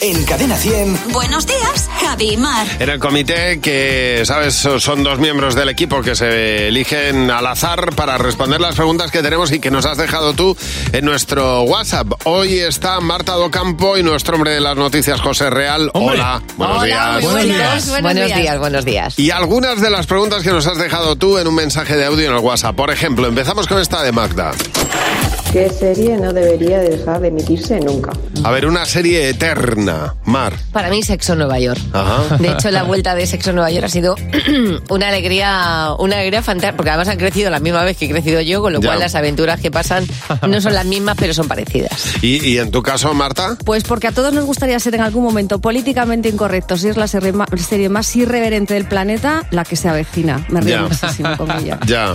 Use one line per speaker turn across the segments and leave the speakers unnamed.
En Cadena 100.
Buenos días, Javi y Mar.
En el comité que, sabes, son dos miembros del equipo que se eligen al azar para responder las preguntas que tenemos y que nos has dejado tú en nuestro WhatsApp. Hoy está Marta Docampo y nuestro hombre de las noticias, José Real.
Hombre.
Hola, buenos días.
buenos días.
Buenos, días. buenos días.
Y algunas de las preguntas que nos has dejado tú en un mensaje de audio en el WhatsApp. Por ejemplo, empezamos con esta de Magda.
¿Qué serie no debería dejar de emitirse nunca?
A ver, una serie eterna. Mar.
Para mí, Sexo Nueva York.
Ajá.
De hecho, la vuelta de Sexo Nueva York ha sido una alegría, una alegría fantástica, porque además han crecido la misma vez que he crecido yo, con lo
Ya.
cual las aventuras que pasan no son las mismas, pero son parecidas.
¿Y, y en tu caso, Marta?
Pues porque a todos nos gustaría ser en algún momento políticamente incorrectos y es la serie ma- serie más irreverente del planeta, la que se avecina. Me río
Ya.
muchísimo con ella.
Ya,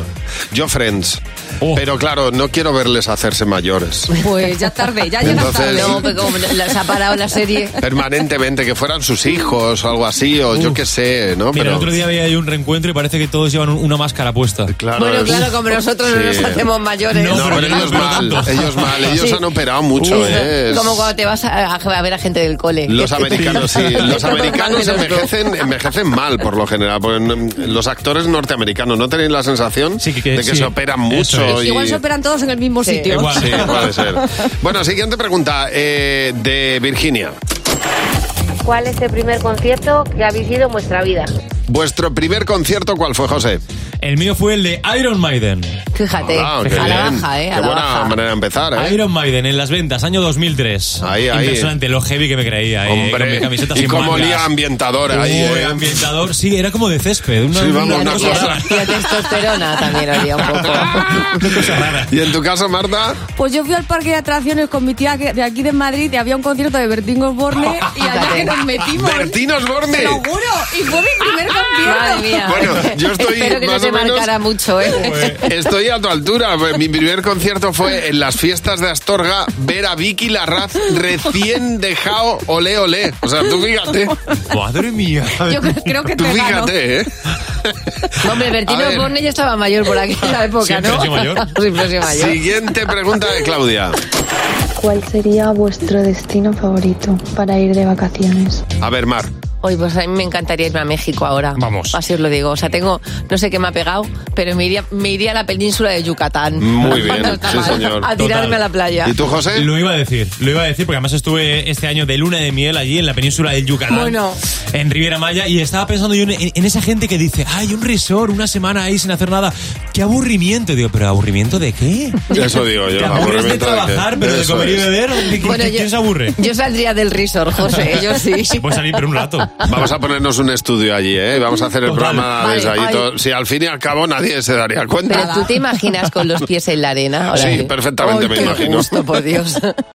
yo Friends.
Oh.
Pero claro, no quiero verles hacerse mayores.
Pues ya tarde, ya llegas
Entonces-
tarde.
No, pero como las ha parado la serie.
permanentemente, que fueran sus hijos o algo así, o yo qué sé, ¿no?
Mira, el otro día veía ahí un reencuentro y parece que todos llevan un- una máscara puesta.
claro,
Bueno,
es-
claro, como nosotros no
Sí.
nos hacemos mayores.
No, pero ellos
no
mal,
tanto.
ellos mal, ellos
Sí.
han operado mucho, ¿eh? Es-
Como cuando te vas a, a ver a gente del cole.
Los americanos, sí. Los
Te
americanos
tocan menos dos.
envejecen, envejecen mal, por lo general. porque no- Los actores norteamericanos, ¿no tenéis la sensación
Sí, que- que-
de que
sí.
se operan
Eso
mucho?
es.
y-
Igual se operan todos en el mismo
Sí.
sitio.
Igual.
Sí, puede ser. Bueno, siguiente pregunta eh, de Virginia.
¿Cuál es el primer concierto que habéis ido en vuestra vida?
¿Vuestro primer concierto cuál fue, José?
El mío fue el de Iron Maiden.
Fíjate,
Ah, qué
a la
bien.
baja, ¿eh? A
Qué
la
buena
baja.
manera de empezar, ¿eh?
Iron Maiden en las ventas, año 2003.
Ahí, ahí.
Impresionante, lo heavy que me creía. eh, con mi
Hombre,
camiseta
y
sin
como
mangas.
lía ambientadora ahí.
Uy,
¿eh?
ambientador. Sí, era como de césped. Una,
Sí, vamos, una
Y
cosa.
a- y a testosterona también olía un poco.
una cosa rara.
¿Y en tu caso, Marta?
Pues yo fui al parque de atracciones con mi tía que- de aquí de Madrid y había un concierto de Bertín Osborne y allá que nos metimos.
¡Bertín Osborne!
Te lo juro. Y fue mi primer concierto.
Madre mía.
Bueno, yo estoy
Espero que
más
no
o
te
menos- Pues,
marcara mucho, ¿eh?
Estoy a tu altura. Mi primer concierto fue en las fiestas de Astorga ver a Vicky Larraz recién dejado olé olé. O sea, tú fíjate.
Madre mía.
Yo creo, creo que
Tú
te gano.
fíjate, ¿eh?
No, Hombre,
A
Bertino
ver.
Osborne ya estaba mayor por aquella época,
Siempre
¿no?
soy mayor.
Siempre soy mayor.
Siguiente pregunta de Claudia.
¿Cuál sería vuestro destino favorito para ir de vacaciones?
A ver, Mar.
Oye, pues a mí me encantaría irme a México ahora.
Vamos.
Así os lo digo. O sea, tengo, no sé qué me ha pegado, pero me iría, me iría a la península de Yucatán.
Muy bien,
No está
sí,
mal.
señor.
A tirarme
Total.
a la playa.
¿Y tú, José?
Lo iba a decir, lo iba a decir porque además estuve este año de luna de miel allí en la península del Yucatán.
Bueno.
En Riviera Maya y estaba pensando yo en, en- en esa gente que dice, ay, un resort, una semana ahí sin hacer nada. ¡Qué aburrimiento! Y Digo, ¿pero aburrimiento de qué?
Eso digo yo.
Te aburres de
aburrimiento de que-
trabajar, pero de
Eso
comer y
es.
beber, ¿de qué-
Bueno,
qué-
yo-
¿quién se aburre?
Yo saldría del resort, José. Yo sí.
Se puede salir pero un rato.
Vamos a ponernos un estudio allí, ¿eh? Vamos a hacer el
Total.
programa
Vale,
desde allí.
ay.
todo- Si al fin y al cabo nadie se daría cuenta.
Pero tú te imaginas con los pies en la arena.
Sí,
Órale.
perfectamente
Ay,
me
qué
imagino.
gusto, por Dios.